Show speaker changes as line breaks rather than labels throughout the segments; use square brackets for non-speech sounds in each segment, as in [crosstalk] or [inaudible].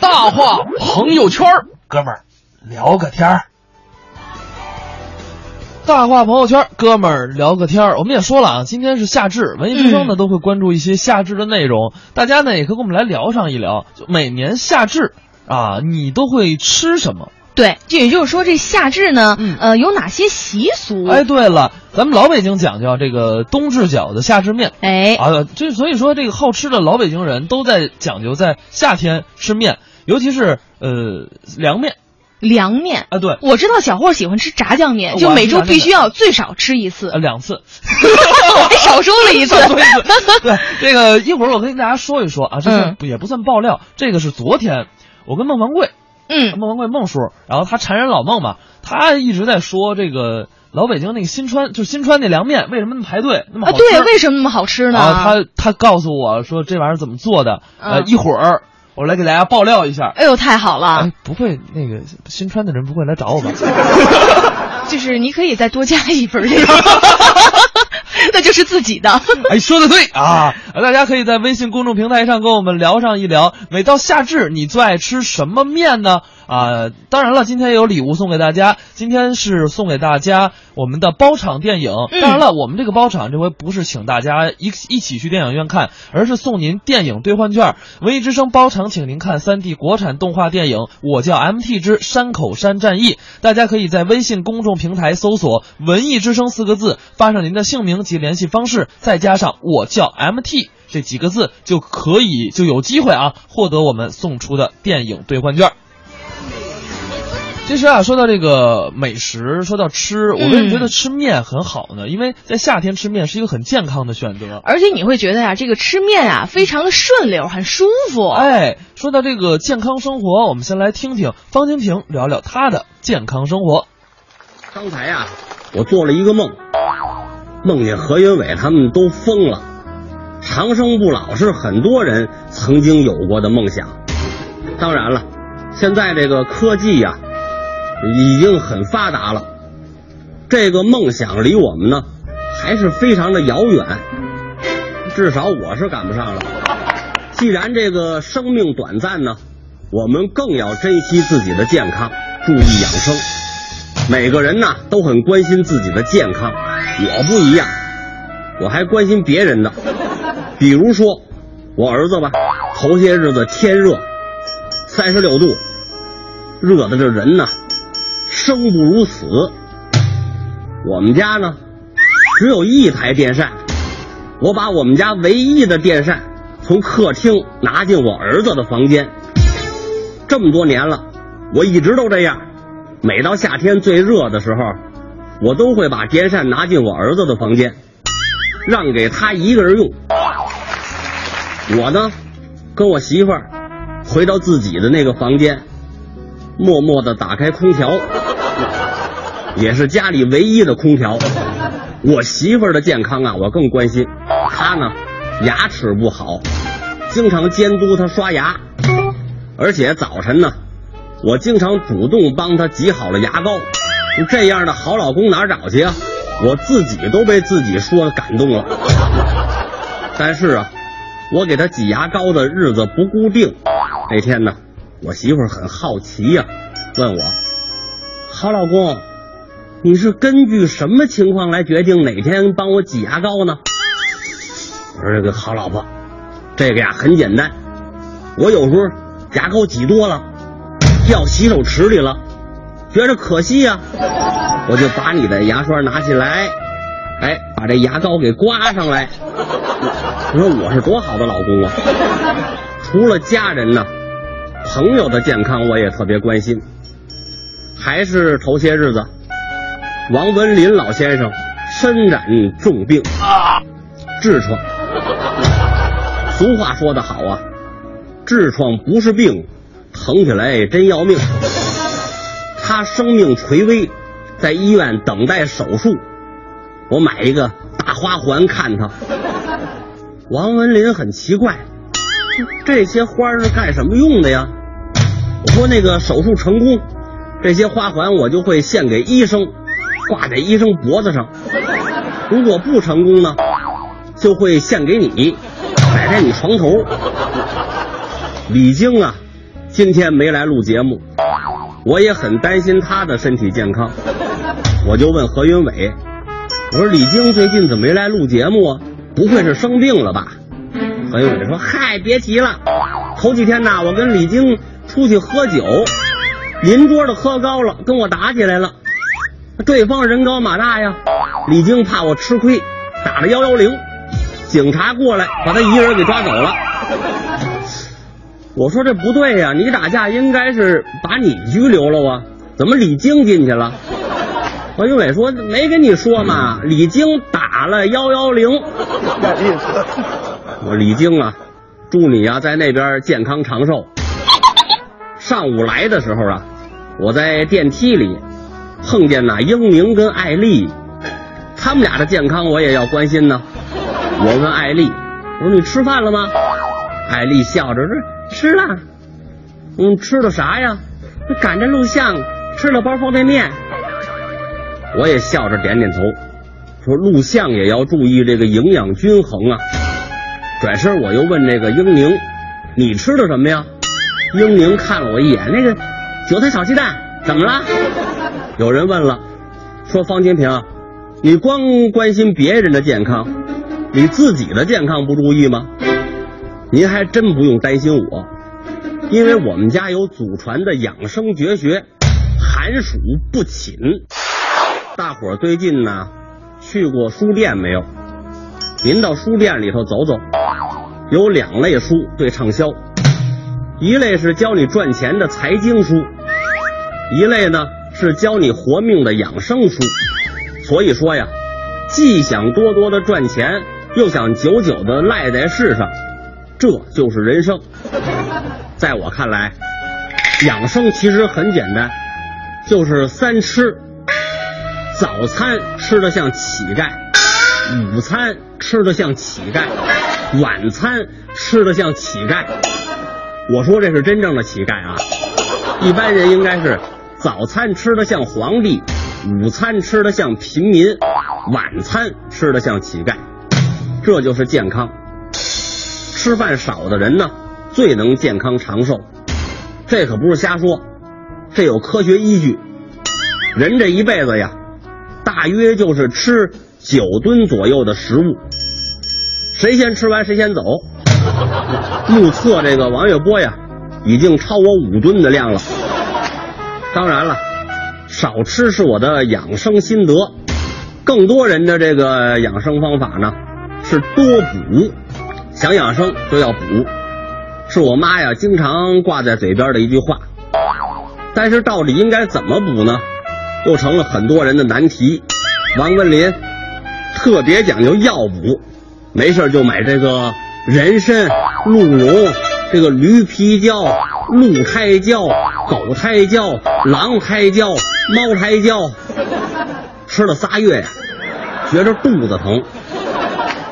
大话朋友圈儿
哥们儿，聊个天儿。
大话朋友圈儿，哥们儿聊个天儿。我们也说了啊，今天是夏至，文艺之
嗯
声呢、都会关注一些夏至的内容，大家呢也可以跟我们来聊上一聊。就每年夏至啊，你都会吃什么？
对，就也就是说，这夏至呢，
嗯
呃，有哪些习俗？
哎，对了，咱们老北京讲究这个冬至饺子、夏至面。
哎，
啊，这所以说这个好吃的老北京人都在讲究在夏天吃面，尤其是呃凉面
凉面。
啊，对，
我知道小霍喜欢吃炸酱面，
我
就每
知
周
道
必
那
须
个
要最少吃一次
呃。两次， [laughs]
我还少说了一次。
多一次。对，这个一会儿我跟大家说一说啊，这
嗯
是也不算爆料，这个是昨天我跟孟凡贵，
嗯，
孟凡贵孟叔，然后他缠人老孟嘛，他一直在说这个老北京那个新川，就是新川那凉面为什么那么排队那么
啊，
好吃？啊
对，为什么那么好吃呢？
然后他他告诉我说这玩意儿怎么做的，呃，
嗯
一会儿我来给大家爆料一下。
哎呦，太好了
哎，，不会，那个新川的人不会来找我吧？ [laughs]
就是你可以再多加一份
[laughs]
这个，那就是自己的。
哎，说的对啊！大家可以在微信公众平台上跟我们聊上一聊，每到夏至你最爱吃什么面呢？啊，当然了，今天也有礼物送给大家，今天是送给大家我们的包场电影。
嗯
当然了，我们这个包场这回不是请大家一一起去电影院看，而是送您电影兑换券。文艺之声包场，请您看三 D 国产动画电影《我叫 MT 之山口山战役》。大家可以在微信公众平台搜索“文艺之声”四个字，发上您的姓名及联系方式，再加上“我叫 MT” 这几个字，就可以就有机会啊，获得我们送出的电影兑换券。其实啊，说到这个美食，说到吃，我为什么觉得吃面很好呢？因为在夏天吃面是一个很健康的选择。
而且你会觉得呀、这个吃面啊，非常的顺溜，很舒服。
哎，说到这个健康生活，我们先来听听方金平聊聊他的健康生活。
刚才啊，我做了一个梦，梦见何云伟他们都疯了。长生不老是很多人曾经有过的梦想。当然了，现在这个科技呀、已经很发达了，这个梦想离我们呢还是非常的遥远，至少我是赶不上了。既然这个生命短暂呢，我们更要珍惜自己的健康，注意养生。每个人呐都很关心自己的健康，我不一样，我还关心别人的。比如说，我儿子吧，头些日子天热，三十六度，热的这人呐，生不如死。我们家呢，只有一台电扇，我把我们家唯一的电扇从客厅拿进我儿子的房间，这么多年了，我一直都这样。每到夏天最热的时候，我都会把电扇拿进我儿子的房间，让给他一个人用。我呢，跟我媳妇儿回到自己的那个房间，默默的打开空调，也是家里唯一的空调。我媳妇儿的健康啊，我更关心。她呢，牙齿不好，经常监督她刷牙，而且早晨呢，我经常主动帮她挤好了牙膏。这样的好老公哪儿找去啊？我自己都被自己说感动了。但是啊，我给她挤牙膏的日子不固定。那天呢，我媳妇儿很好奇呀、问我：“好老公，你是根据什么情况来决定哪天帮我挤牙膏呢？我说这个好老婆，这个呀很简单，我有时候牙膏挤多了，掉洗手池里了，觉着可惜呀、我就把你的牙刷拿起来，哎，把这牙膏给刮上来。你说我是多好的老公啊！除了家人呢，朋友的健康我也特别关心。还是头些日子，王文林老先生身染重病，痔疮。俗话说得好啊，痔疮不是病，疼起来真要命。他生命垂危，在医院等待手术。我买一个大花环看他。王文林很奇怪，这些花儿是干什么用的呀？我说那个手术成功，这些花环我就会献给医生，挂在医生脖子上。如果不成功呢，就会献给你，摆在你床头。李菁啊，今天没来录节目，我也很担心他的身体健康。我就问何云伟：“我说李菁最近怎么没来录节目啊？不会是生病了吧？”何云伟说：“嗨，别提了，头几天呐，我跟李菁出去喝酒，邻桌的喝高了，跟我打起来了。对方人高马大呀，李菁怕我吃亏，打了幺幺零，警察过来把他一个人给抓走了。”我说这不对呀、你打架应该是把你拘留了啊，怎么李菁进去了？何云伟说没跟你说嘛，李菁打了幺幺零。我说李菁啊，祝你呀、在那边健康长寿。上午来的时候啊，我在电梯里碰见呐英明跟艾丽，他们俩的健康我也要关心呢。我问艾丽，我说你吃饭了吗？艾丽笑着说吃了。嗯，吃的啥呀？赶着录像，吃了包方便面。我也笑着点点头，说录像也要注意这个营养均衡啊。转身我又问这个英宁：“你吃的什么呀？”英宁看了我一眼，那个韭菜炒鸡蛋怎么了？有人问了，说方清平，你光关心别人的健康，你自己的健康不注意吗？您还真不用担心我，因为我们家有祖传的养生绝学，寒暑不寝。大伙儿最近呢，去过书店没有？您到书店里头走走，有两类书最畅销，一类是教你赚钱的财经书，一类呢是教你活命的养生书。所以说呀，既想多多的赚钱，又想久久的赖在世上，这就是人生。在我看来，养生其实很简单，就是三吃：早餐吃的像乞丐，午餐吃的像乞丐，晚餐吃的像乞丐。我说这是真正的乞丐啊！一般人应该是早餐吃的像皇帝，午餐吃的像平民，晚餐吃的像乞丐，这就是健康。吃饭少的人呢，最能健康长寿。这可不是瞎说，这有科学依据。人这一辈子呀，大约就是吃九吨左右的食物，谁先吃完谁先走。目测这个王月波呀，已经超我五吨的量了。当然了，少吃是我的养生心得，更多人的这个养生方法呢是多补，想养生就要补，是我妈呀经常挂在嘴边的一句话。但是到底应该怎么补呢，又成了很多人的难题。王文林特别讲究药补，没事儿就买这个人参、鹿茸、这个驴皮胶、鹿胎胶、狗胎胶、狼胎胶、猫胎胶，吃了仨月呀，觉着肚子疼，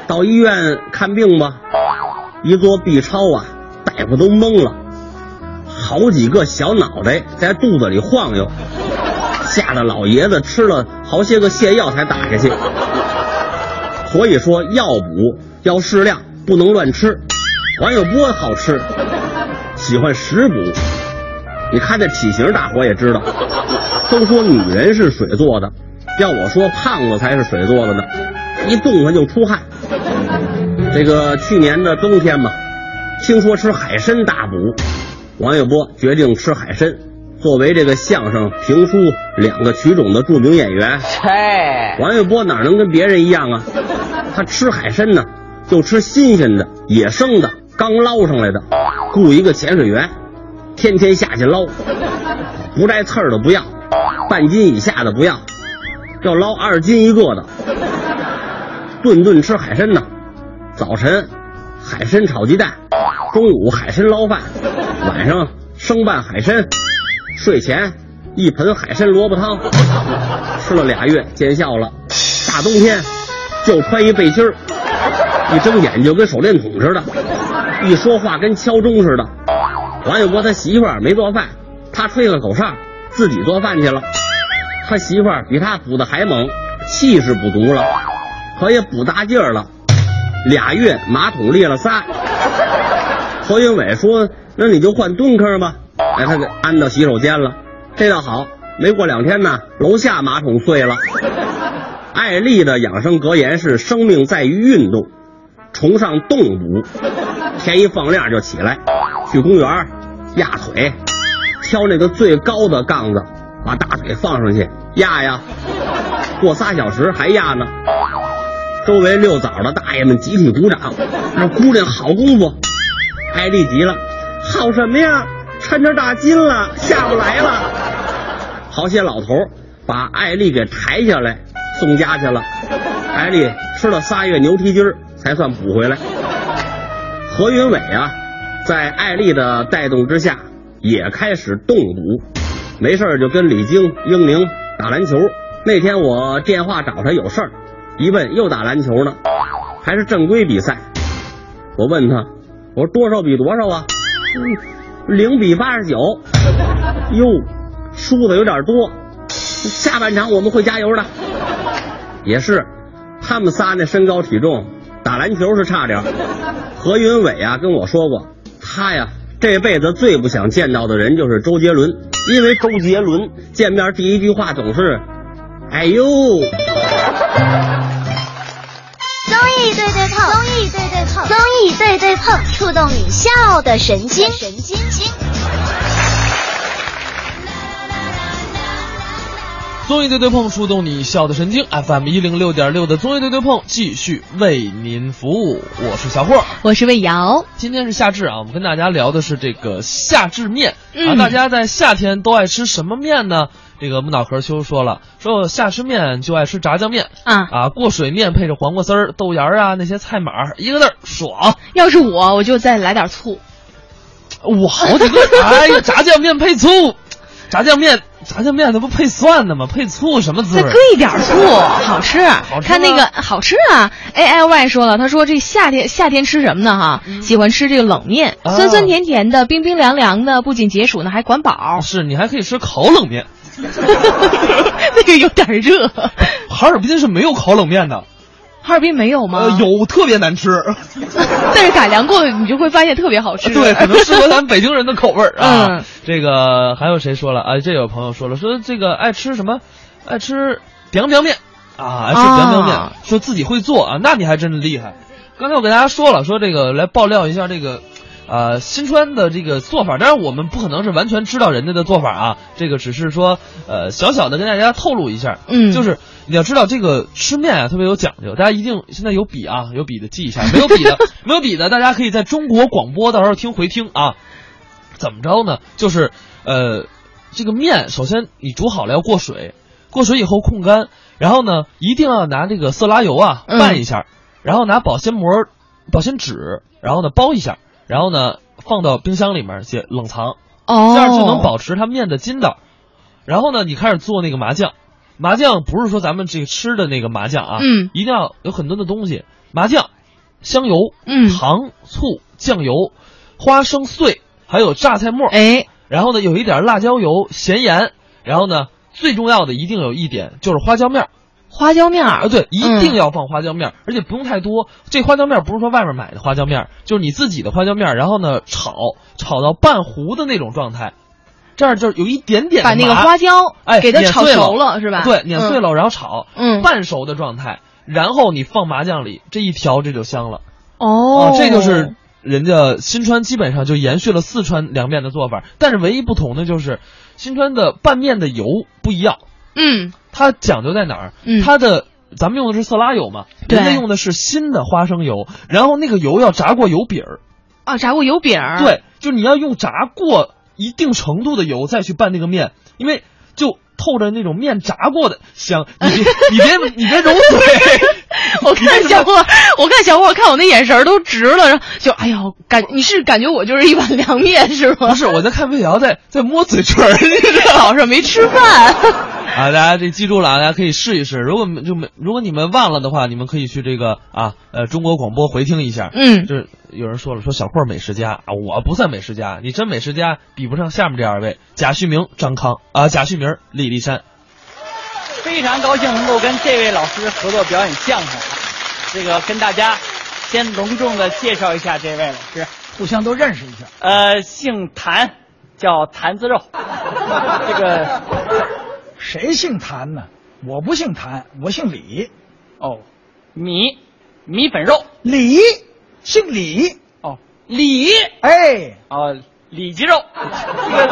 到医院看病吧，一做 B 超啊，大夫都懵了，好几个小脑袋在肚子里晃悠，吓得老爷子吃了好些个泻药才打下去。所以说药补要适量，不能乱吃。王小波好吃，喜欢食补。你看这体型，大伙也知道。都说女人是水做的，要我说胖子才是水做的呢，一动弹就出汗。这个去年的冬天嘛，听说吃海参大补，王月波决定吃海参。作为这个相声、评书两个曲种的著名演员，王月波哪能跟别人一样啊？他吃海参呢，就吃新鲜的、野生的、刚捞上来的，雇一个潜水员，天天下去捞，不带刺儿的不要，半斤以下的不要，要捞二斤一个的，顿顿吃海参呢。早晨海参炒鸡蛋，中午海参捞饭，晚上生拌海参，睡前一盆海参萝卜汤。吃了俩月，见效了。大冬天就穿一背心儿，一睁眼就跟手电筒似的，一说话跟敲钟似的。王小波他媳妇儿没做饭，他吹了口哨，自己做饭去了。他媳妇儿比他补的还猛，气势补足了，可也补大劲儿了。俩月马桶裂了仨。何云伟说：“那你就换蹲坑吧。”哎，他给安到洗手间了。这倒好，没过两天呢，楼下马桶碎了。艾丽的养生格言是：生命在于运动，崇尚动补。天一放亮就起来，去公园压腿，挑那个最高的杠子，把大腿放上去压呀，过仨小时还压呢。周围遛早的大爷们集体鼓掌，说：“姑娘好功夫。”艾丽急了：“好什么呀？抻着大筋了，下不来了。”好些老头儿把艾丽给抬下来送家去了。艾丽吃了仨月牛蹄筋儿才算补回来。何云伟啊，在艾丽的带动之下，也开始动武，没事儿就跟李菁、英宁打篮球。那天我电话找他有事儿，一问又打篮球呢，还是正规比赛。我问他，我说多少比多少啊？零比八十九。哟，输的有点多。下半场我们会加油的。也是，他们仨那身高体重，打篮球是差点儿。何云伟啊跟我说过，他呀这辈子最不想见到的人就是周杰伦，因为周杰伦见面第一句话总是“哎呦”。
综艺对对碰，综艺对对碰，综艺对对碰，触动你笑的神经，神经经。
综艺对对碰触动你笑的神经，FM 一零六点六的综艺对对碰继续为您服务，我是小霍。
我是魏瑶，
今天是夏至啊，我们跟大家聊的是这个夏至面、啊，
嗯
大家在夏天都爱吃什么面呢？这个木脑壳秋说了，说夏吃面就爱吃炸酱面
啊
啊，过水面配着黄瓜丝儿、豆芽儿啊那些菜码儿，一个字儿爽。
要是我，我就再来点醋。
我好几个，哎呀，炸酱面配醋，炸酱面炸酱面那不配蒜的吗？配醋什么滋
再
味儿
搁？一点醋，好吃。
吃吗啊
看那个好吃啊！A I Y 说了，他说这夏天夏天吃什么呢？哈，喜欢吃这个冷面，
嗯啊
酸酸甜甜的，冰冰凉凉的，不仅解暑呢，还管
[laughs]
饱。
是你还可以吃烤冷面，
[laughs] 那个有点热，
哈尔滨是没有烤冷面的，
哈尔滨没有吗？
呃，，有特别难吃，
但是改良过，你就会发现特别好吃。
对，可能适合咱们北京人的口味儿啊。
嗯
这个还有谁说了啊？这有朋友说了，说这个爱吃什么，爱吃 biang biang 面啊，爱吃 biang biang 面，
啊
说自己会做啊，那你还真厉害。刚才我给大家说了，说这个来爆料一下这个。呃，新川的这个做法，当然我们不可能是完全知道人家的做法啊，这个只是说，呃，小小的跟大家透露一下，
嗯
就是你要知道这个吃面啊特别有讲究，大家一定现在有笔啊，有笔的记一下，没有笔的没有笔的，大家可以在中国广播到时候听回听啊。怎么着呢？就是呃，这个面首先你煮好了要过水，过水以后控干，然后呢一定要拿这个色拉油啊
嗯
拌一下，然后拿保鲜膜、保鲜纸，然后呢包一下，然后呢放到冰箱里面去冷藏，
哦，
这样就能保持它面的筋道。然后呢，你开始做那个麻酱，麻酱不是说咱们这个吃的那个麻酱啊，
嗯
一定要有很多的东西，麻酱、香油、
嗯
糖、醋、酱油、花生碎，还有榨菜末，
哎，
然后呢，有一点辣椒油、咸盐，然后呢，最重要的一定有一点就是花椒面儿
花椒面
啊，
儿，
对，一
嗯
定要放花椒面儿，而且不用太多。这花椒面儿不是说外面买的花椒面儿，就是你自己的花椒面儿，然后呢炒炒到半糊的那种状态，这样就有一点点
把
的
那个
麻
花椒
哎
给它
碾
炒
碎
熟了是吧？
对，碾碎
嗯
了然后炒，
嗯
半熟的状态，然后你放麻酱里，这一调这就香了。
哦
哦，，这就是人家新川基本上就延续了四川凉面的做法，但是唯一不同的就是新川的拌面的油不一样，
嗯
它讲究在哪儿？
嗯
它的咱们用的是色拉油嘛，
对
人家用的是新的花生油，然后那个油要炸过油饼儿，
啊，炸过油饼儿，
对，就你要用炸过一定程度的油再去拌那个面，因为就透着那种面炸过的香，你别你别你别揉嘴。
[laughs] 我看小霍，我看小霍，看我那眼神儿都直了，然后就哎呦，感你是感觉我就是一碗凉面是
不
吗？
是，我在看魏瑶在在摸嘴唇儿，你知道吗
早上没吃饭，
啊，大家这记住了啊，大家可以试一试。如果就没，如果你们忘了的话，你们可以去这个啊呃中国广播回听一下。
嗯
就是有人说了，说小霍美食家啊，我不算美食家，你真美食家比不上下面这二位贾旭明、张康啊，贾旭明、李立山。
非常高兴能够跟这位老师合作表演相声啊。这个跟大家先隆重的介绍一下这位老师，
互相都认识一下。
呃，姓谭，叫坛子肉。这个
[laughs] 谁姓谭呢？我不姓谭，我姓李。
哦，米米粉肉
李，姓李。
哦，里
哎，
哦里
[laughs]
脊肉，这个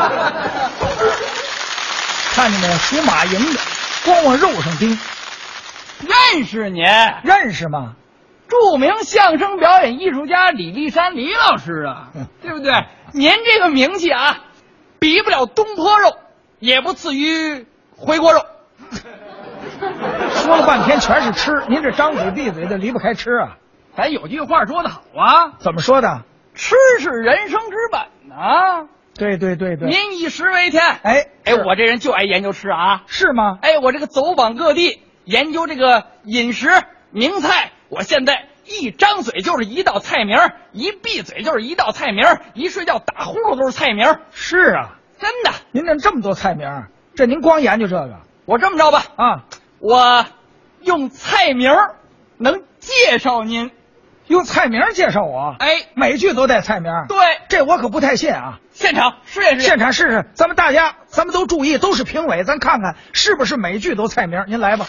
看见没有？属马赢的，光往肉上盯，
认识您，
认识吗？
著名相声表演艺术家李立山李老师啊，
嗯
对不对？您这个名气啊，比不了东坡肉，也不次于回锅肉。
[laughs] 说了半天全是吃，您这张嘴闭嘴的离不开吃啊？
咱有句话说得好啊，
怎么说的？
吃是人生之本呐、
对对对对，
民以食为天。
哎
哎，
是
我这人就爱研究吃啊。
是吗？
哎，我这个走访各地，研究这个饮食名菜。我现在一张嘴就是一道菜名儿，一闭嘴就是一道菜名儿，一睡觉打呼噜都是菜名儿，
是啊，
真的。
您这这么多菜名儿，这您光研究这个
我这么着吧，
啊？
我用菜名儿能介绍您。
用菜名儿介绍我？
哎，
每句都带菜名儿？
对，
这我可不太信啊！
现场试验试验。
现场试试，咱们大家，咱们都注意，都是评委，咱看看是不是每句都菜名儿。您来吧，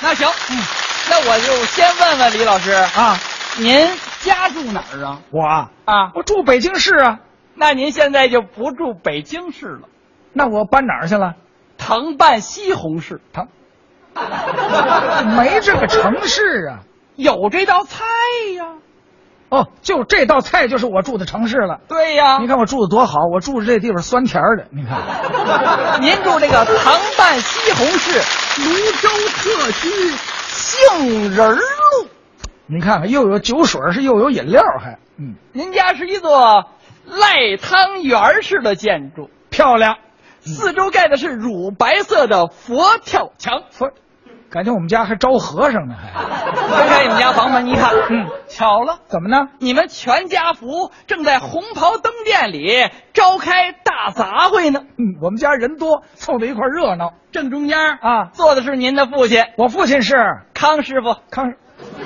那行，嗯，那我就先问问李老师
啊，
您家住哪儿啊？
我啊，
啊，
我住北京市啊，
那您现在就不住北京市了，
那我搬哪儿去了？
藤办西红柿
他没这个城市啊。
有这道菜呀。
哦，就这道菜就是我住的城市了。
对呀，
你看我住的多好，我住的这地方酸甜儿的，你看，
[laughs] 您住这个藤办西红柿泸州特区杏仁儿路，
你看看又有酒水儿是又有饮料儿还，嗯，
您家是一座赖汤圆式的建筑，
漂亮。嗯
四周盖的是乳白色的佛跳墙。
不是，感觉我们家还招和尚呢，还
翻开你们家房门一看，嗯，巧了。
怎么呢？
你们全家福正在红袍灯店里召开大杂烩呢，
嗯，我们家人多，凑到一块儿热闹。
正中间啊
啊
坐的是您的父亲
我父亲是
康师傅。
康，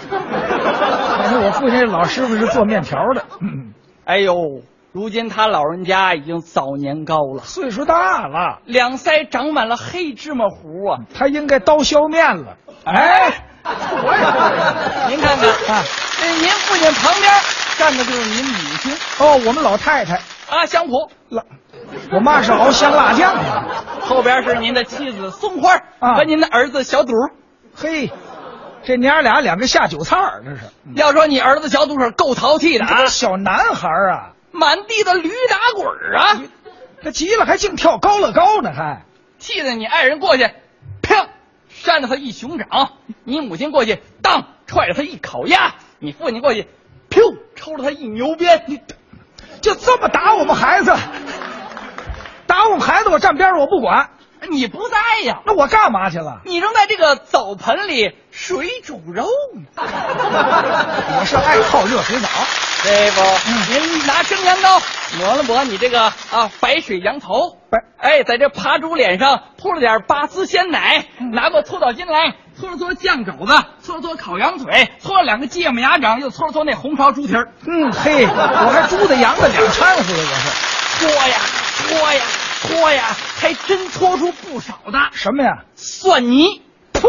反正我父亲老师傅是做面条的，嗯，
哎呦，如今他老人家已经早年高了，
岁数大了，
两腮长满了黑芝麻糊啊！
他应该刀削面了。哎，我
[laughs] 您看看
啊，
这您父亲旁边站的就是您母亲
哦，我们老太太，
阿香婆，
辣，我妈是熬香辣酱的。
[laughs] 后边是您的妻子松花
啊
和您的儿子小赌。
嘿，这娘俩两个下酒菜儿，这是。
要说你儿子小赌是够淘气的啊
这，小男孩儿啊，
满地的驴打滚儿啊！
他急了还净跳高乐高呢，还
气得你爱人过去，砰，扇了他一熊掌；你母亲过去，当踹了他一烤鸭；你父亲过去，噗，抽了他一牛鞭。你
就这么打我们孩子，打我们孩子，我站边上我不管，
你不在呀？
那我干嘛去了？
你正在这个澡盆里水煮肉 [laughs] 呢。
我是爱泡热水澡。
对不？
嗯
您拿生羊羔抹了抹你这个啊白水羊头，
白
哎，在这扒猪脸上铺了点八丝鲜奶，
嗯
拿过搓澡巾来搓了搓酱肘子，搓了搓烤羊腿，搓了两个芥末鸭掌，又搓了搓那红烧猪蹄儿，
嗯，嘿，我还猪的羊的两掺和了，我是
搓呀搓呀搓呀，还真搓出不少的
什么呀？啊
蒜泥。
嚯！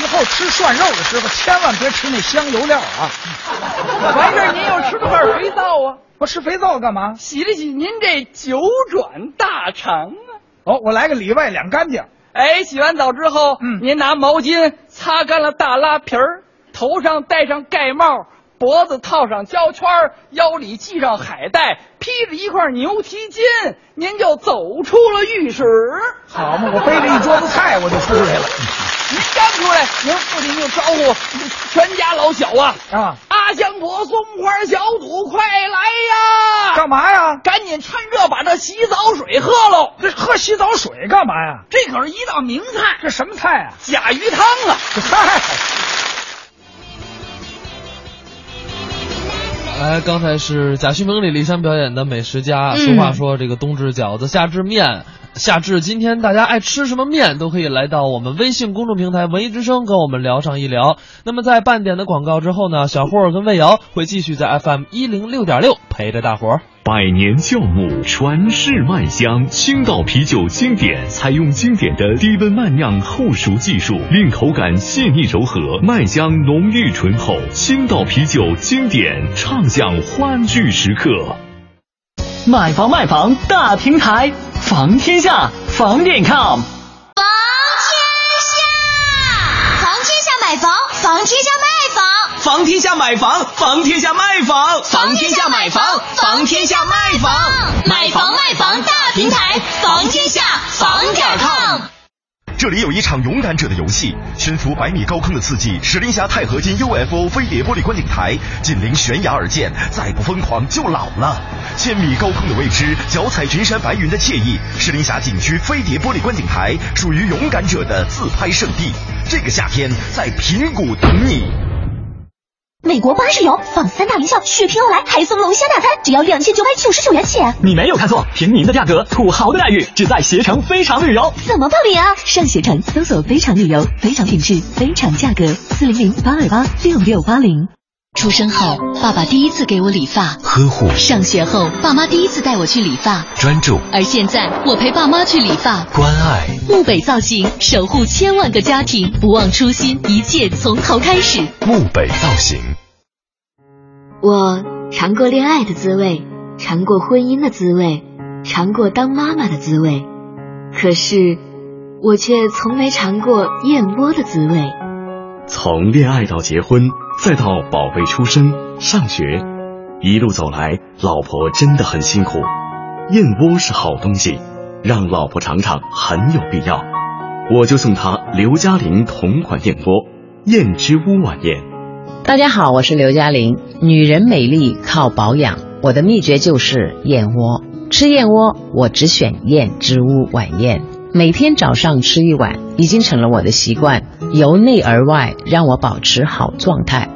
以后吃涮肉的时候，千万别吃那香油料啊！
[laughs] 完事儿您又吃了块肥皂啊，
[laughs] 我吃肥皂干嘛？
洗了洗您这九转大肠啊。
哦，我来个里外两干净。
哎，洗完澡之后，
嗯
您拿毛巾擦干了大拉皮儿，头上戴上盖帽，脖子套上胶圈儿，腰里系上海带，披着一块牛蹄筋，您就走出了浴室。
好嘛，我背着一桌子菜我就出来了。
您刚出来，您父亲就招呼全家老小啊，
啊，
阿香婆、松花、小肚，快来呀！
干嘛呀？
赶紧趁热把这洗澡水喝喽，
这喝洗澡水干嘛呀？
这可是一道名菜
这什么菜啊
——甲鱼汤啊！
这菜。
哎，刚才是贾旭明、李立山表演的《美食家》。
嗯
俗话说，这个冬至饺子，夏至面。夏至，今天大家爱吃什么面都可以来到我们微信公众平台“文艺之声”跟我们聊上一聊。那么在半点的广告之后呢，小霍儿跟魏瑶会继续在 FM 一零六点六陪着大伙儿。
百年酵母，传世麦香。青岛啤酒经典采用经典的低温慢酿后熟技术，令口感细腻柔和，麦香浓郁醇厚。青岛啤酒经典，畅享欢聚时刻。
买房卖房大平台，房天下，房点 com。
房天下，房天下买房，房天下卖房，
房天下买房，房天下卖房，房天下买房，房天下卖房，
买房卖房大平台，房天下，房点 com。
这里有一场勇敢者的游戏，悬浮百米高空的刺激，石林峡钛合金 UFO 飞碟玻璃观景台，紧邻悬崖而建，再不疯狂就老了。千米高空的未知，脚踩群山白云的惬意，石林峡景区飞碟玻璃观景台属于勇敢者的自拍圣地。这个夏天在平谷等你。
美国巴士游放三大名校，血拼欧莱，还送龙虾大餐，只要两千九百九十九元起。
你没有 [laughs] 看错，平民的价格，土豪的待遇，只在携程非常旅游。
怎么报名啊？
上携程搜索“非常旅游”，非常品质，非常价格，四零零八二八六六八零。出生后，爸爸第一次给我理发；
呵护、
上学后，爸妈第一次带我去理发；
专注、
而现在，我陪爸妈去理发。
关爱，
木北造型，守护千万个家庭，不忘初心，一切从头开始。
木北造型。
我尝过恋爱的滋味，尝过婚姻的滋味，尝过当妈妈的滋味，可是我却从没尝过燕窝的滋味。
从恋爱到结婚，再到宝贝出生、上学，一路走来，老婆真的很辛苦。燕窝是好东西，让老婆尝尝很有必要。我就送她刘嘉玲同款燕窝——燕之屋晚宴。
大家好，我是刘嘉玲。女人美丽靠保养，我的秘诀就是燕窝。吃燕窝，我只选燕之屋晚宴，每天早上吃一碗，已经成了我的习惯，由内而外让我保持好状态。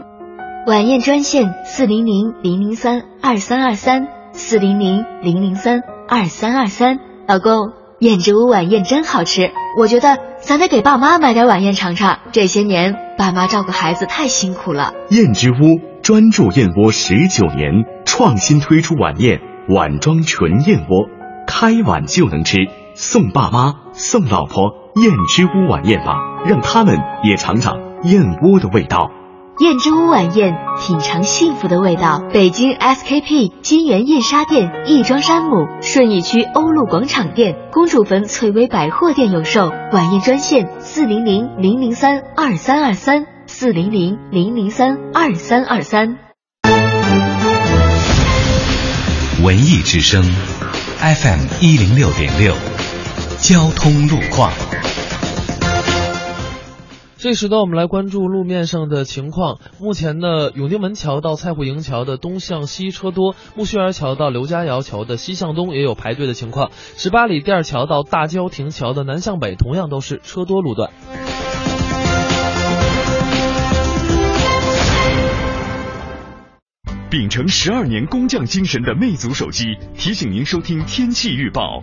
晚宴专线四零零零零三二三二三四零零零零三二三二三。老公，燕之屋晚宴真好吃，我觉得咱得给爸妈买点晚宴尝尝。这些年爸妈照顾孩子太辛苦了。
燕之屋专注燕窝十九年，创新推出晚宴碗装纯燕窝，开碗就能吃，送爸妈送老婆燕之屋晚宴吧，让他们也尝尝燕窝的味道。
燕之屋晚宴，品尝幸福的味道。北京 SKP 金源燕莎店、亦庄山姆、顺义区欧陆广场店、公主坟翠微百货店有售。晚宴专线：四零零零零三二三二三，四零零零零三二三二三。
文艺之声，FM 一零六点六，交通路况。
这时段我们来关注路面上的情况。目前呢，永定门桥到蔡户营桥的东向西车多，木樨园桥到刘家窑桥的西向东也有排队的情况。十八里店桥到大郊亭桥的南向北同样都是车多路段。
秉承十二年工匠精神的魅族手机提醒您收听天气预报。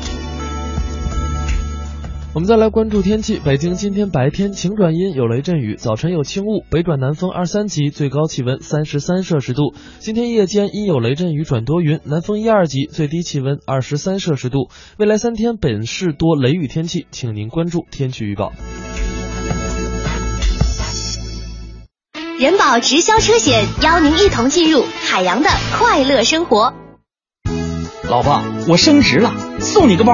我们再来关注天气。北京今天白天晴转阴，有雷阵雨，早晨有轻雾，北转南风二三级，最高气温三十三摄氏度。今天夜间阴有雷阵雨转多云，南风一二级，最低气温二十三摄氏度。未来三天本市多雷雨天气，请您关注天气预报。
人保直销车险邀您一同进入海洋的快乐生活。
老婆，我升职了，送你个包。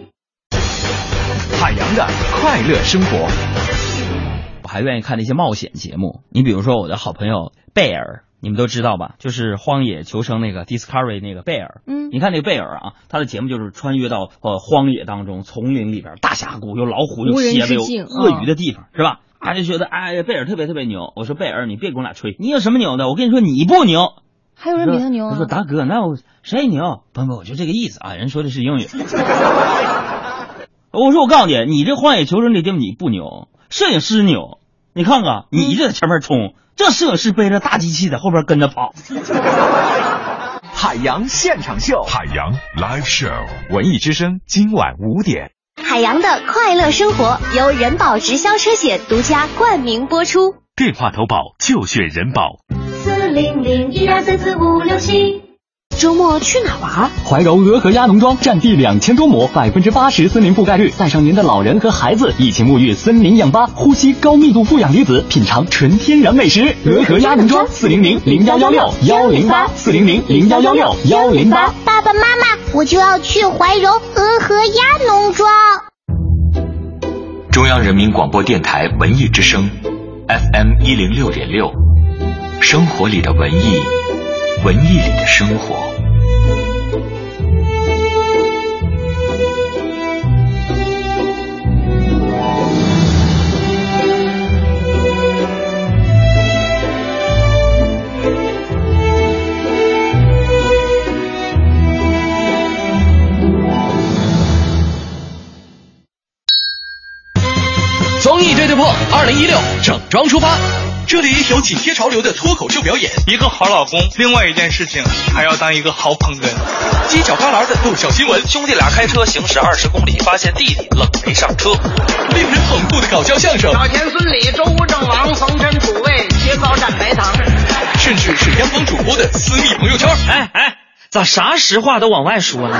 海洋的快乐生活。
还愿意看那些冒险节目。你比如说我的好朋友贝尔，你们都知道吧？就是《荒野求生》那个 Discovery 那个贝尔。
嗯
你看那个贝尔啊，他的节目就是穿越到呃荒野当中、丛林里边、大峡谷，有老虎、有
无人
蝎子、
之
有
境
鳄
嗯
鱼的地方，是吧？啊，就觉得哎，贝尔特别特别牛。我说贝尔，你别跟我俩吹，你有什么牛的？我跟你说，你不牛。
还有人比他牛
他说
啊？
达哥，那我谁牛？不不，我就这个意思啊。人说的是英语。我说我告诉你，你这荒野求生这节目你不牛，摄影师牛。你看看，你就在前面冲，这摄影师背着大机器在后边跟着跑。
海洋现场秀，海洋 Live Show，文艺之声今晚五点。
[laughs] 海洋的快乐生活由人保直销车险独家冠名播出。
电话投保就选人保。
四零零一二三四五六七。周末去哪玩？
怀柔鹅和鸭农庄占地两千多亩，百分之八十森林覆盖率，带上您的老人和孩子一起沐浴森林氧吧，呼吸高密度负氧离子，品尝纯天然美食。鹅和鸭农庄四零零零幺幺六幺零八四零零零幺幺六幺零八。
爸爸妈妈，我就要去怀柔鹅和鸭农庄。
中央人民广播电台文艺之声，FM 一零六点六，生活里的文艺，文艺里的生活。
综艺对对破，二零一六整装出发。这里有紧贴潮流的脱口秀表演，一个好老公，另外一件事情还要当一个好捧哏，犄角旮旯的逗笑新闻，兄弟俩开车行驶二十公里，发现弟弟冷没上车，令人捧腹的搞笑相声，
田孙李周吴郑王冯陈楚卫薛高占白糖。
甚至是央广主播的私密朋友圈。哎哎，咋啥实话都往外说呢？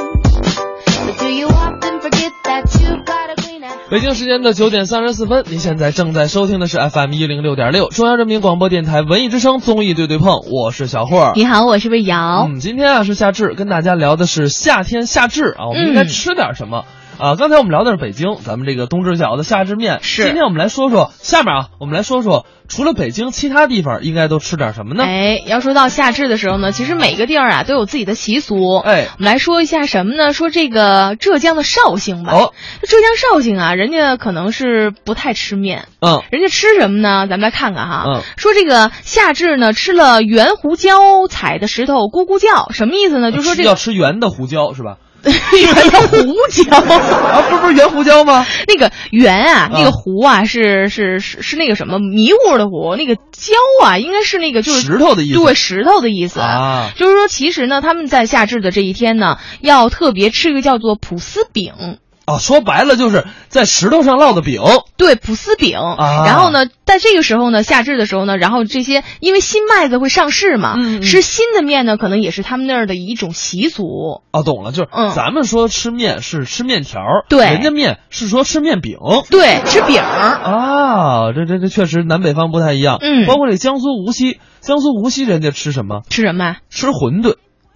but do you often forget that you've got a clean out?
北京时间的九点三十四分，您现在正在收听的是 FM 一零六点六，中央人民广播电台文艺之声综艺对对碰，我是小霍儿。
你好，我是魏瑶。
嗯，今天啊是夏至，跟大家聊的是夏天夏至啊，我们应该
嗯
吃点什么。啊，刚才我们聊的是北京，咱们这个冬至饺子、夏至面。
是
今天我们来说说，下面啊，我们来说说，除了北京，其他地方应该都吃点什么呢？
哎，要说到夏至的时候呢，其实每个地儿啊都有自己的习俗。
哎，
我们来说一下什么呢？说这个浙江的绍兴吧。
哦，
浙江绍兴啊，人家可能是不太吃面。
嗯，
人家吃什么呢？咱们来看看哈。
嗯
说这个夏至呢，吃了圆胡椒采的石头咕咕叫，什么意思呢？就说这
要
个
吃圆的胡椒是吧？
圆的胡椒啊，
不是不是圆胡椒吗？
那个圆啊，那
啊
个胡啊，是是是是那个什么迷糊的糊，那个椒啊，应该是那个就是
石头的意思
对，石头的意思
啊
就是说，其实呢，他们在夏至的这一天呢，要特别吃一个叫做普司饼。
啊，说白了就是在石头上烙的饼。
对，普司饼。
啊
然后呢，在这个时候呢，夏至的时候呢，然后这些因为新麦子会上市嘛，
嗯
吃新的面呢，可能也是他们那儿的一种习俗。
哦，懂了，就是咱们说吃面是吃面条
嗯
儿，
对
人家面是说吃面饼，
对，吃饼
啊，这这这确实南北方不太一样，
嗯
包括这江苏无锡，江苏无锡人家吃什么？
吃什么？
吃馄饨。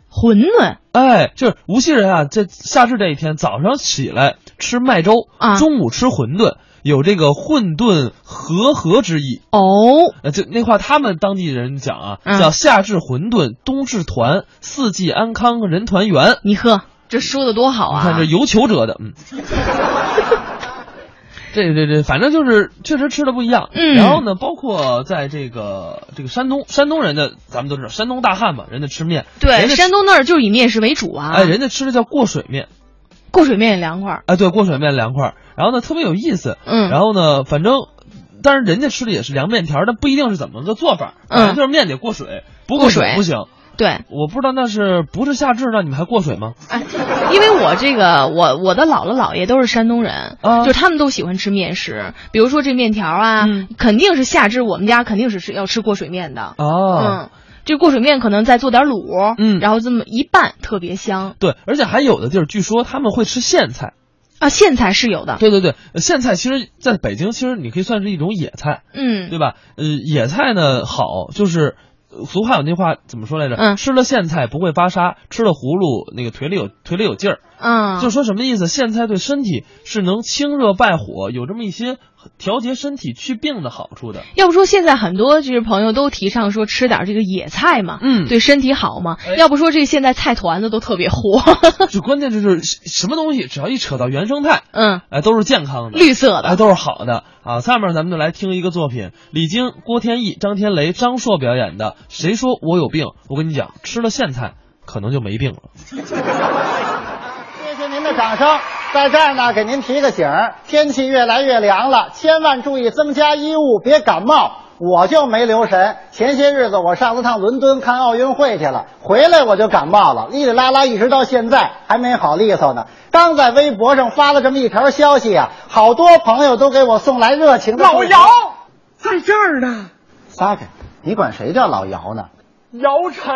馄饨，
哎，就是无锡人啊，这夏至这一天早上起来吃麦粥，
啊
中午吃馄饨，有这个混沌和合之意。
哦，
呃，就那话他们当地人讲啊，
嗯
叫夏至馄饨，冬至团，四季安康，人团圆。
你呵，这说的多好
你看
啊
这！有求
[laughs]
者的，嗯。这这这，反正就是确实吃的不一样。
嗯
然后呢，包括在这个这个山东，山东人的咱们都知道，山东大汉嘛，人家吃面，
对
人，家吃
山东那儿就是以面食为主啊。
哎，人家吃的叫过水面，
过水面也凉快儿。
哎，对，过水面凉块儿。然后呢，特别有意思，
嗯
然后呢，反正，但是人家吃的也是凉面条儿，但不一定是怎么个做法，
嗯
反正就是面得过水，不
过
水
水
不行。
对，
我不知道那是不是夏至，那你们还过水吗？
哎因为我这个我我的姥姥姥爷都是山东人，
哦
就他们都喜欢吃面食，比如说这面条啊，
嗯
肯定是夏至我们家肯定是吃要吃过水面的。
哦
嗯，这过水面可能再做点卤，嗯，然后这么一拌特别香。
对，而且还有的地儿，据说他们会吃苋菜。
啊，苋菜是有的。
对对对，呃苋菜其实在北京，其实你可以算是一种野菜，
嗯
对吧？呃，野菜呢好，就是呃俗话有那话怎么说来着？
嗯
吃了苋菜不会发痧，吃了葫芦那个腿里有腿里有劲儿。
嗯，
就说什么意思？苋菜对身体是能清热败火，有这么一些调节身体祛病的好处的。
要不说现在很多就是朋友都提倡说吃点这个野菜嘛，
嗯哎
对身体好嘛。要不说这现在菜团子都特别火， [laughs]
[laughs] 就关键就是什么东西，只要一扯到原生态，
嗯，
哎，都是健康的，
绿色的
哎，都是好的啊。下面咱们就来听一个作品，李菁、郭天意、张天雷、张硕表演的《谁说我有病》。我跟你讲，吃了苋菜可能就没病了。
谢谢您的掌声。在这儿呢，给您提个醒儿，天气越来越凉了，千万注意增加衣物，别感冒。我就没留神，前些日子我上了趟伦敦看奥运会去了，回来我就感冒了，哩哩啦啦一直到现在还没好利索呢。刚在微博上发了这么一条消息啊，好多朋友都给我送来热情的祝福
老姚在这儿呢，
撒开，你管谁叫老姚呢？
姚 [laughs] 晨，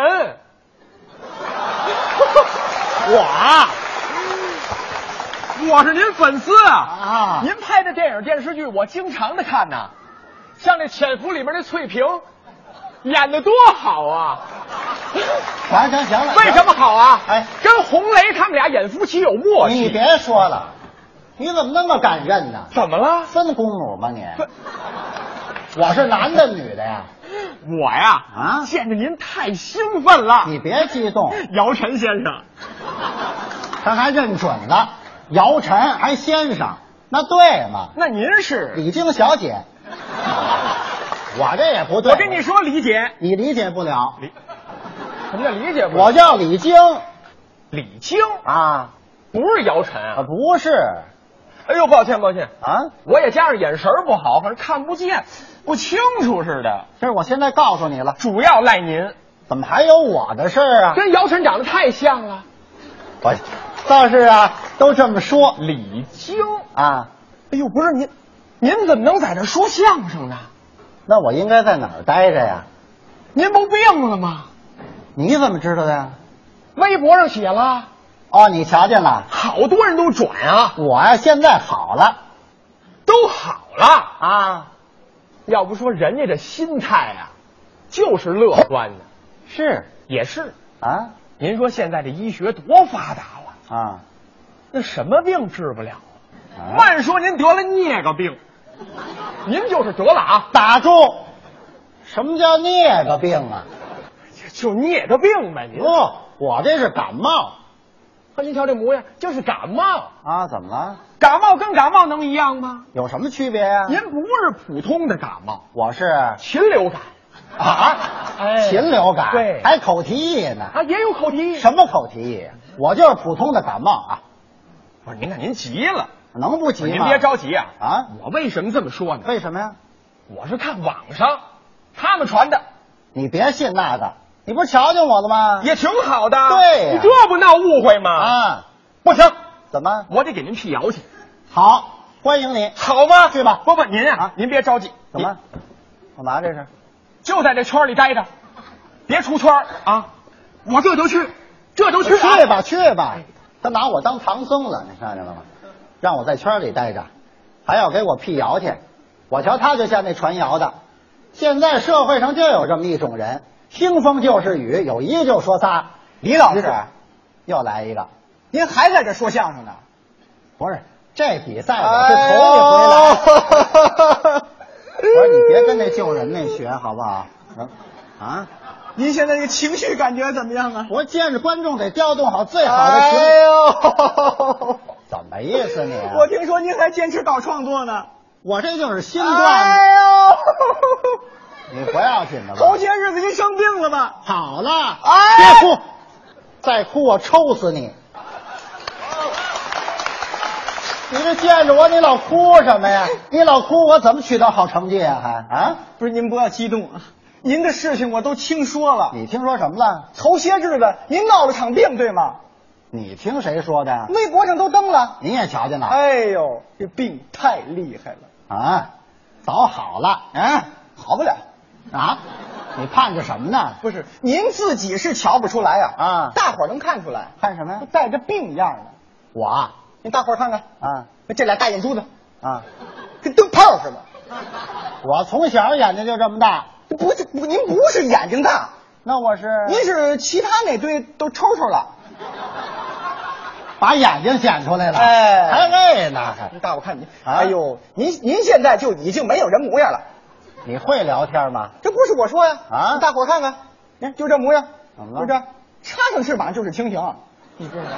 我，
啊我是您粉丝
啊！
您拍的电影电视剧我经常的看呐，像那《潜伏》里面那翠萍，演的多好 [laughs] 啊！
行行行了，
为什么好啊？
哎，
跟红雷他们俩演夫妻有默契。
你别说了，你怎么那么敢认呢？
怎么了？
分公母吗你？我是男的女的呀？
我呀，
啊，
见着您太兴奋了。
你别激动，
姚晨先生，
他还认准了，姚晨还先生，那对吗？
那您是
李菁
[laughs]
小姐，我这也不对。
我跟你说，李姐，
你理解不了，
什么叫理解不了？
我叫李菁
李菁
啊，
不是姚晨
啊，不是。
哎呦，抱歉抱歉
啊，
我也加上眼神不好，反正看不见，不清楚似的。
这是我现在告诉你了，
主要赖您，
怎么还有我的事儿啊？
跟姚晨长得太像啊了。
我哎倒是啊，都这么说。
李菁
啊，
哎呦，不是您，您怎么能在这说相声呢？
那我应该在哪儿待着呀？
您不病了吗？
你怎么知道的呀？
微博上写了，
哦，你瞧见了，
好多人都转啊，
我呀、现在好了
都好了
啊，
要不说人家这心态啊，就是乐观的，
是
也是。
啊
您说现在这医学多发达了，
啊
那什么病治不了？
啊
慢说您得了颞个病，您就是得了啊，
打住！什么叫颞个病啊？
就颞个病呗。您
不、，我这是感冒
可您瞧这模样，就是感冒，
啊？怎么了？
感冒跟感冒能一样吗？
有什么区别呀、
您不是普通的感冒，
我是啊，
禽流感哎
禽流感，
对
还口蹄疫呢？
啊，也有口蹄疫。
什么口蹄疫？我就是普通的感冒啊，
不是，您看您急了，
能不急
不是您
吗？
别着急啊。
啊！
我为什么这么说呢？
为什么呀？
我是看网上他们传的，
你别信那个，你不是瞧见我了吗？
也挺好的。
对呀
你这不闹误会吗？，
啊，
不行，
怎么
我得给您辟谣去，
好？欢迎你，
好吗？
去吧
不不，您啊，您别着急，
怎么？干嘛这是？
您就在这圈里待着，别出圈儿啊！我这就去，这就去啊
去吧，去吧。他拿我当唐僧了，你看见了吗？让我在圈里待着，还要给我辟谣去。我瞧他就像那传谣的。现在社会上就有这么一种人，听风就是雨，有一个就说仨。李老师，又来一个，您还在这说相声呢？不是，这比赛我是头一回来。不是，你别跟那救人那学，好不好？啊？
您现在这个情绪感觉怎么样啊？哎
我见着观众得调动好最好的情绪。
呦，
怎么意思你？啊
听说您还坚持搞创作呢。哎
我这就是新段子，
呦！
你不要紧的吧？
头些日子您生病了吧？
好了，
哎
别哭，再哭我抽死你！你这见着我你老哭什么呀？你老哭我怎么取得好成绩啊？还啊？
不是您不要激动啊，您的事情我都听说了。
你听说什么了？
头些日子您闹了场病，对吗？
你听谁说的呀？
[laughs] 微博上都登了。
你也瞧见了？
哎呦，这病太厉害了，
啊，早好了，啊，
好不了。
啊，你盼着什么呢？
不是，您自己是瞧不出来啊，
啊
大伙儿能看出来，
盼什么呀
带着病样呢。
我啊
你大伙儿看看，
啊
这俩大眼珠子
啊！
跟灯泡似的。
我从小眼睛就这么大，
不是您不是眼睛大，
那我是
您是其他哪队都抽抽了。
把眼睛显出来了，
哎，
还那呢？还啊
您大伙看您，哎呦，您您现在就已经没有人模样了。
你会聊天吗？嗯
这不是我说呀，啊，大伙儿看看，你看就这模样，
怎么了
就这，插上翅膀就是蜻蜓，你知道吗？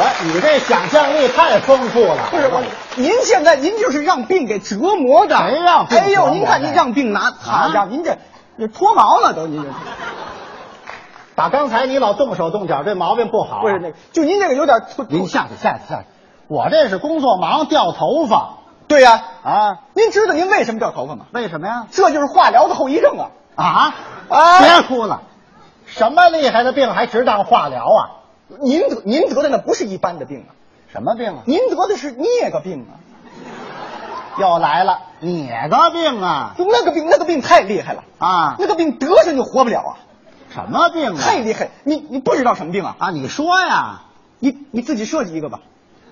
来，哎你这想象力太丰富了。
不是我，您现在您就是让病给折磨的，
谁让病
哎
折磨
呦，
的啊
您看您让病拿，好家伙，您这这脱毛了都，您这
打刚才你老动手动脚，这毛病不好、啊
不是那，就您这个有点脱。
您下去下去下去，我这是工作忙掉头发。
对呀、
啊，
您知道您为什么掉头发吗？
为什么呀？
这就是化疗的后遗症啊！
啊
啊
别哭了，什么厉害的病还值当化疗啊？
您得您得的那不是一般的病啊，
什么病啊？
您得的是那个病啊，
又来了，哪个病啊？
就那个病那个病太厉害了
啊，
那个病得上就活不了啊，
什么病啊？
太厉害！你你不知道什么病啊？
啊，你说呀，
你你自己设计一个吧。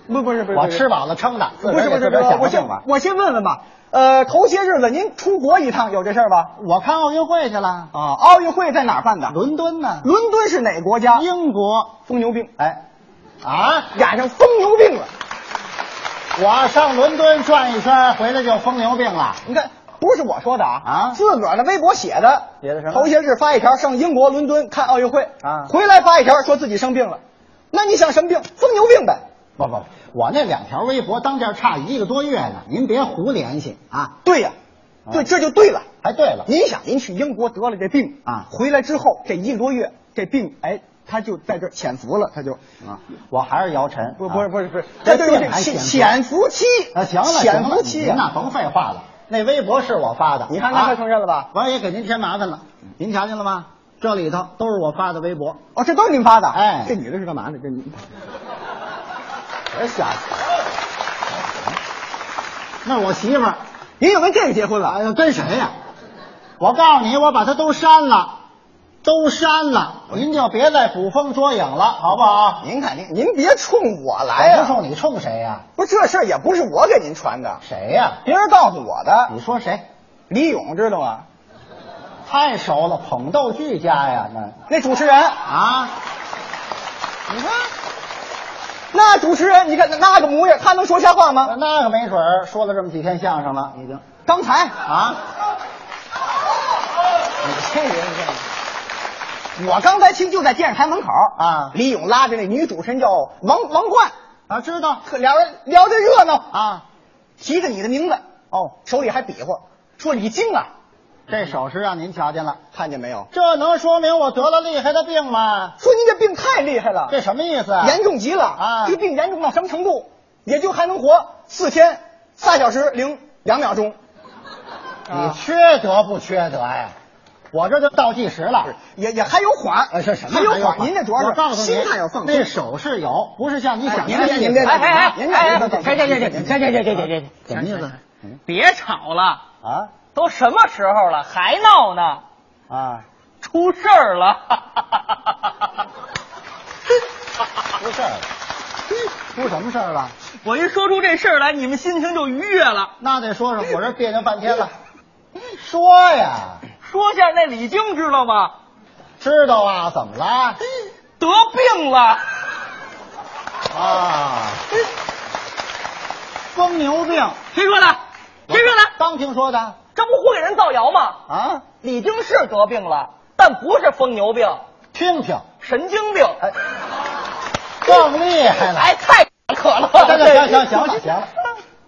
不不是不是，
我
不是
吃饱了撑的，
不是不是不是，我
我
先
病吧。
我先问问吧。呃，头些日子您出国一趟有这事儿吧？
我看奥运会去了，
啊，奥运会在哪儿办的？
伦敦呢？
伦敦是哪国家？
英国。
疯牛病，
哎，啊，
赶上疯牛病了。
我上伦敦转一圈，回来就疯牛病了。
你看，不是我说的啊，
啊
自个儿的微博写的，
写的什么
头些日发一条上英国伦敦看奥运会
啊
回来发一条说自己生病了。那你想什么病？疯牛病呗。
不不，我那两条微博当间差一个多月呢，您别胡联系啊。
对呀、
啊
对，这就对了。
哎，对了，
您想，您去英国得了这病
啊
回来之后这一个多月，这病哎，他就在这儿潜伏了，他就
啊，我还是姚晨。啊
不不是不是不是，
这
他就是
病还
潜
潜
潜伏
伏
期
啊，行了
潜
行
伏
了，
期
您
啊
呐甭废话了，那微博是我发的，
你看他
啊
快承认了吧？嗯
我也给您添麻烦了，您瞧见了吗？这里头都是我发的微博，
哦，这都是您发的？
哎
这女的是干嘛的？这女
别瞎说。那我媳妇儿，
您又跟这个结婚了？
哎呀，跟谁呀、我告诉你，我把她都删了，都删了，您就别再捕风捉影了，好不好？
哎您看您，您别冲我来呀、
我不冲你冲谁呀、
不是这事儿也不是我给您传的，
谁呀、
别人告诉我的。
你说谁？
李勇知道吗？
太熟了，捧逗俱佳呀，那
那主持人，
啊，
你看，那主持人，你看那那个模样，他能说瞎话吗？
那个没准儿说了这么几天相声了，已经
刚才，
啊，
你这人真的我刚才其实就在电视台门口
啊
李勇拉着那女主持人叫王王冠，
啊，知道
可俩人聊得热闹，
啊，
提着你的名字，
哦，
手里还比划，说李菁啊，
这手势让您瞧见了，
看见没有？
这能说明我得了厉害的病吗？
说您这病太厉害了，
这什么意思啊？
严重极了
啊
这个病严重到什么程度？也就还能活四天三小时零两秒钟。啊
你缺德不缺德呀？我这就倒计时了。
也也还有缓，
呃，是什么？
还有
有
缓。您这主要
我告
是
诉你，
心态要放
那
松。
手势有，不是像你想
您
的
别
那
您
意
别，
思
哎哎
您
哎哎，
这
这这这这这这这这这这，
什么意思
别吵了，
啊
都什么时候了还闹呢？
啊？
出事儿了！
出事儿了，出什么事儿了？
我一说出这事儿来，你们心情就愉悦了。
那得说说，我这别扭半天了。说呀，
说下那李菁知道吗？
知道啊？怎么了？
得病了，
啊，疯牛病，
谁说的？谁说的？
刚听说的
这不胡给人造谣吗？
啊？
李菁是得病了，但不是疯牛病，
听听，
神经病。
哎，更厉害了。
哎，太可了。
行行行行了行了，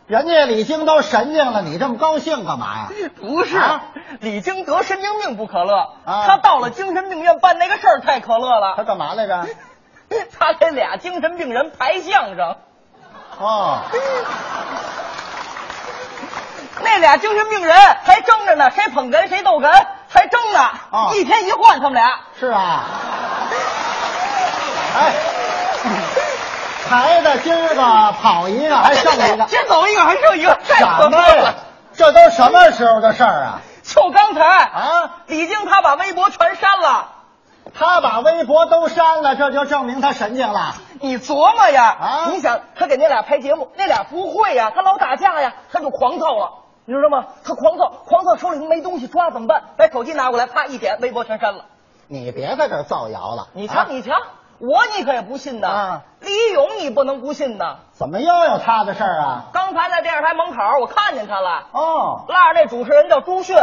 人家李菁都神经了，你这么高兴干嘛呀？
[laughs] 不是
啊，
李菁得神经病不可乐，
啊
他到了精神病院办那个事儿太可乐
他
了。
干嘛
[laughs]
来着？
他给俩精神病人排相声，
哦，
那俩精神病人还争着呢，谁捧哏谁逗哏，还争呢。
啊
一天一换，他们俩
是啊。哎，孩子今儿个跑一个，还剩
[laughs]
一个，
先走一个，还剩一个，太可
什么
乐
呀
了。？
这都什么时候的事儿啊？
就刚才
啊，
李菁他把微博全删了，
他把微博都删了，这就证明他神经了。
你琢磨呀，啊，你想他给那俩拍节目，那俩不会呀，他老打架呀，他就狂躁了，你知道吗？他狂躁，狂躁手里没东西抓怎么办？把手机拿过来，啪一点，微博全删了。
你别在这儿造谣了。
你瞧，
啊
你瞧，我你可也不信呐，李勇你不能不信呐。
怎么又有他的事儿啊？
刚才在电视台门口我看见他了，
哦，
拉着那主持人叫朱迅，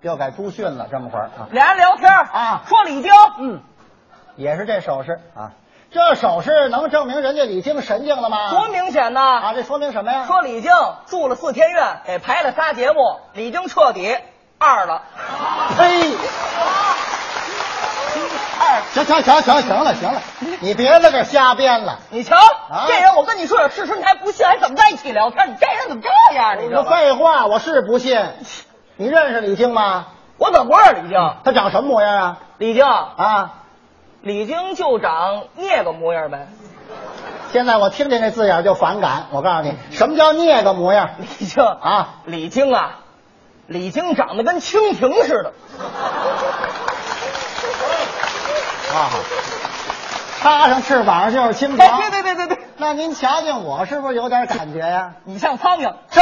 又改朱迅了，这么会儿啊，
俩人聊天啊，说李菁，嗯，
也是这手势啊。这手势能证明人家李菁神经了吗？
多明显呐！啊，
这说明什么呀？
说李菁住了四天院，给排了仨节目，李菁彻底二了。
嘿，哎行行行行行了行了，你别在这儿瞎编了。啊
你瞧，这人我跟你说有事实，你还不信，还怎么在一起聊天？你这人怎么这样？你
你
知道
说
吗？
废话，我是不信。你认识李菁吗？
我怎么不认识李菁？
他长什么模样啊？
李菁
啊，
李菁就长那个模样呗。
现在我听见这字眼就反感。我告诉你，什么叫那个模样？
李菁
啊，
李菁啊，李菁长得跟蜻蜓似的。
啊，插上翅膀就是蜻蜓。
哎对对对对对。
那您瞧见我是不是有点感觉呀、
[laughs] 你像苍蝇。
这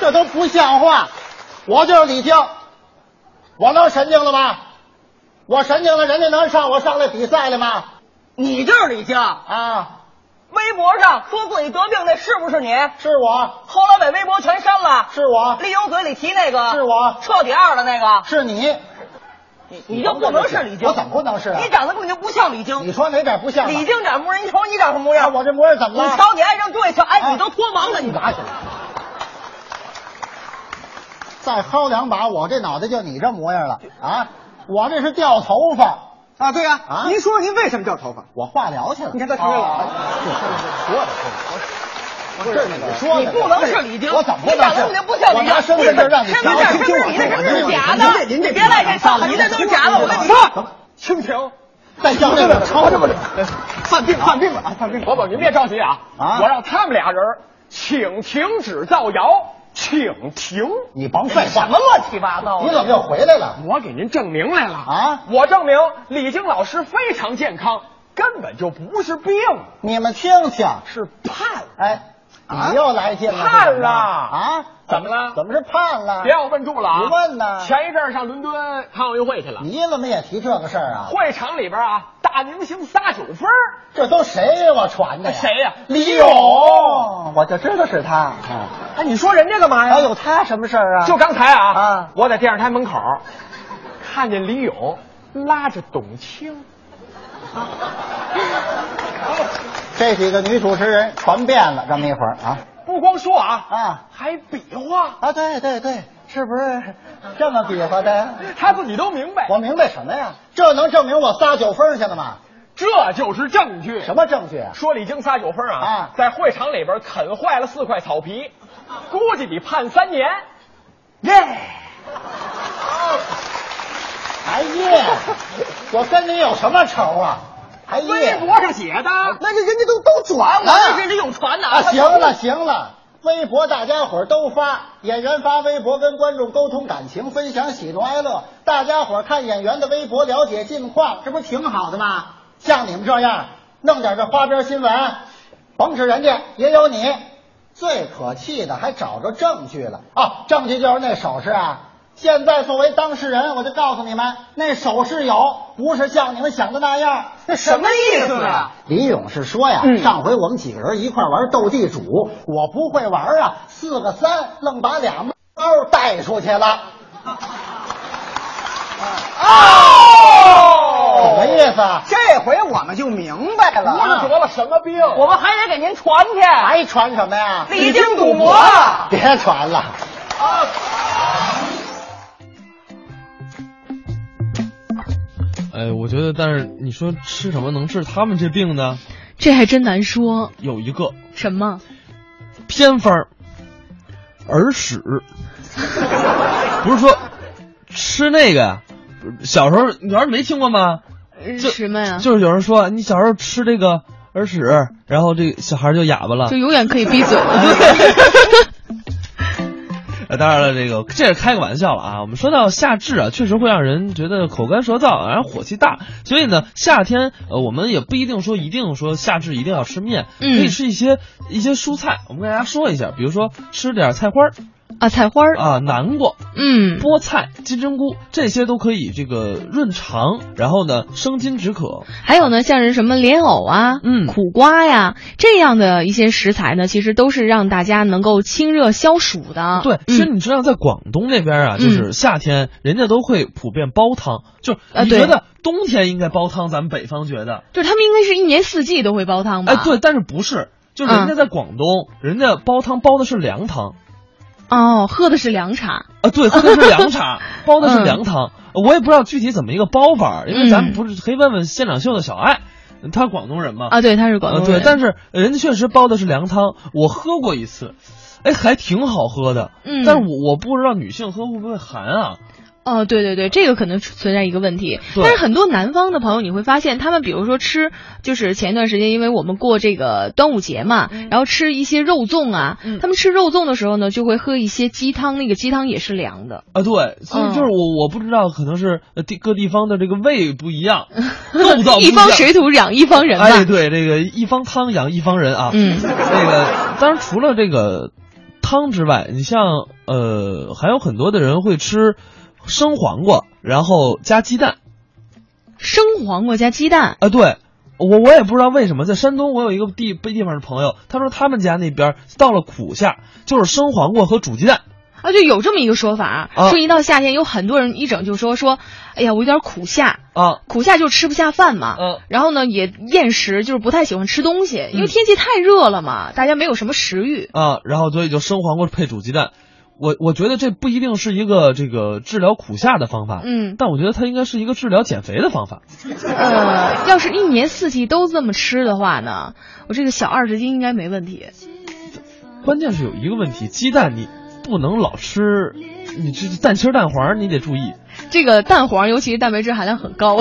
这都不像话！我就是李菁，我能神经了吗？我神经了，人家能上我上来比赛来吗？
你就是李菁
啊！
微博上说自己得病那是不是你？
是我。
后来把微博全删了。
是我。
丽英嘴里提那个。
是我。
彻底二的那个。
是你。
你你就不能是李菁？
我怎么不能是啊
你长得根本就不像李菁。
你说哪点不像啊
李菁长模样，你瞅你长什么模样？
我这模样怎么了啊
你瞧你爱上对象，哎，你都脱盲了，你
咋想？再薅两把，我这脑袋就你这模样了啊！我这是掉头发
啊！对啊，
啊！
您说您为什么掉头发？
我化疗去了。
你看他承认了
啊这事儿是 [laughs] 说的，不是你说的，
你不能是李菁，
我怎么不能
你
是？
长得就不像
我
李菁。
拿身份证让你
身份证，身份证，你的身份证是假的，你别赖这套，你这都是假的。我跟你说，，
蜻蜓。
再将这个抄这么
[laughs] 犯病犯病了啊！犯病！伯伯，您别着急啊！
啊
我让他们俩人儿，请停止造谣，请停！
你甭废话
什么乱七八糟的！
你怎么又回来了？
我给您证明来了
啊！
我证明李菁老师非常健康，根本就不是病，
你们听听，
是盼。
哎，你又来劲了，
盼
这怎么着
了
啊？
怎么了
怎么是盼了？
别让我问住了啊！
你问呢？
前一阵儿上伦敦看奥运会去了，
你怎么也提这个事儿啊？
会场里边啊，大明星撒酒疯儿。
这都谁呀？我传的呀？
谁呀
李
勇
勇，我就知道是他。
哎，你说人家干嘛呀？
哎呦，他什么事儿啊？
就刚才啊，
啊
我在电视台门口看见李勇拉着董卿，
啊这几个女主持人传遍了，这么一会儿啊
不光说啊，
啊
还比划，
啊！对对对，是不是这么比划的？
他自己都明白，
我明白什么呀？这能证明我撒酒疯去了吗？
这就是证据。
什么证据啊？
说李菁撒酒疯啊，
啊
在会场里边啃坏了四块草皮，估计得判三年。
耶！哎耶！我跟你有什么仇啊？哎
微
耶！
博上写的，
那这人家都都转了，
我这是李勇传的
啊！行了行了，微博大家伙儿都发，演员发微博跟观众沟通感情，分享喜怒哀乐，大家伙儿看演员的微博了解近况，这不挺好的吗？像你们这样弄点这花边新闻，甭指人家也有你。最可气的还找着证据了啊！证据就是那首饰啊！现在作为当事人，我就告诉你们，那首饰有，不是像你们想的那样。那
什么意思啊？嗯
李勇是说呀，上回我们几个人一块玩斗地主，我不会玩啊，四个三愣把俩猫带出去了。什么意思
哦
啊？
这回我们就明白啊
不是得了什么病？
我们还得给您传去。
还传什么呀？
李菁赌博
别传了。
哎，我觉得，但是你说吃什么能治他们这病呢？
这还真难说。
有一个
什么？
偏方儿，耳屎，不是说吃那个呀？小时候你儿没听过吗？
呃
就
什么呀？
就是有人说你小时候吃这个耳屎，然后这个小孩就哑巴了
就。永远可以闭嘴了。
呃当然了，这个这是开个玩笑了啊。我们说到夏至啊，确实会让人觉得口干舌燥，然后火气大。所以呢，夏天呃，我们也不一定说一定说夏至一定要吃面，
嗯
可以吃一些一些蔬菜。我们给大家说一下，比如说吃点菜花儿。
啊，菜花
啊，南瓜，
嗯，
菠菜、金针菇，这些都可以这个润肠，然后呢，生津止渴。
还有呢，像是什么莲藕啊，
嗯，
苦瓜呀这样的一些食材呢，其实都是让大家能够清热消暑的。
对， [laughs] 其实你知道，在广东那边啊，就
嗯
是夏天，人家都会普遍煲汤。就
啊
你
对
觉得冬天应该煲汤，咱们北方觉得，
就是他们应该是一年四季都会煲汤吧？
哎，对，但是不是？就
嗯
是人家在广东，人家煲汤煲的是凉汤
哦，喝的是凉茶。[laughs]
啊，对，喝的是凉茶，煲的是
嗯
凉汤。我也不知道具体怎么一个煲法，因为咱们不是可以问问现场秀的小爱，他广东人嘛？
啊，对，他是广东
啊
人。
对，但是人家确实煲的是凉汤，我喝过一次，哎，还挺好喝的。
嗯
但是我我不知道女性喝会不会寒啊？
哦，对对对，这个可能存存在一个问题。
对
但是很多南方的朋友，你会发现他们，比如说吃，就是前一段时间，因为我们过这个端午节嘛，
嗯
然后吃一些肉粽啊，他们吃肉粽的时候呢，就会喝一些鸡汤，那个鸡汤也是凉的。
啊，对，所以
嗯
就是我、我不知道，可能是呃地各地方的这个胃不一样，
嗯
构造
[laughs]
不
一
一
方
样
水土养一方人嘛。
[laughs] 哎，对，这个一方汤养一方人啊。
嗯
那个当然除了这个汤之外，你像呃，还有很多的人会吃生黄瓜，然后加鸡蛋。
生黄瓜加鸡蛋
啊，对。我我也不知道为什么，在山东，我有一个地地方的朋友，他说他们家那边到了苦夏，就是生黄瓜和煮鸡蛋。
啊，就有这么一个说法，
啊
说一到夏天，有很多人一整就说说，哎呀，我有点苦夏
啊，
苦夏就吃不下饭嘛，
嗯，
然后呢也厌食，就是不太喜欢吃东西，因为天气太热了嘛，大家没有什么食欲。
啊，然后所以就生黄瓜配煮鸡蛋。我我觉得这不一定是一个这个治疗苦夏的方法，
嗯
但我觉得它应该是一个治疗减肥的方法。
呃，要是一年四季都这么吃的话呢，我这个小二十斤应该没问题。
关键是有一个问题，鸡蛋你不能老吃，你这蛋清儿蛋黄儿你得注意。啊
这个蛋黄，尤其是蛋白质含量很高。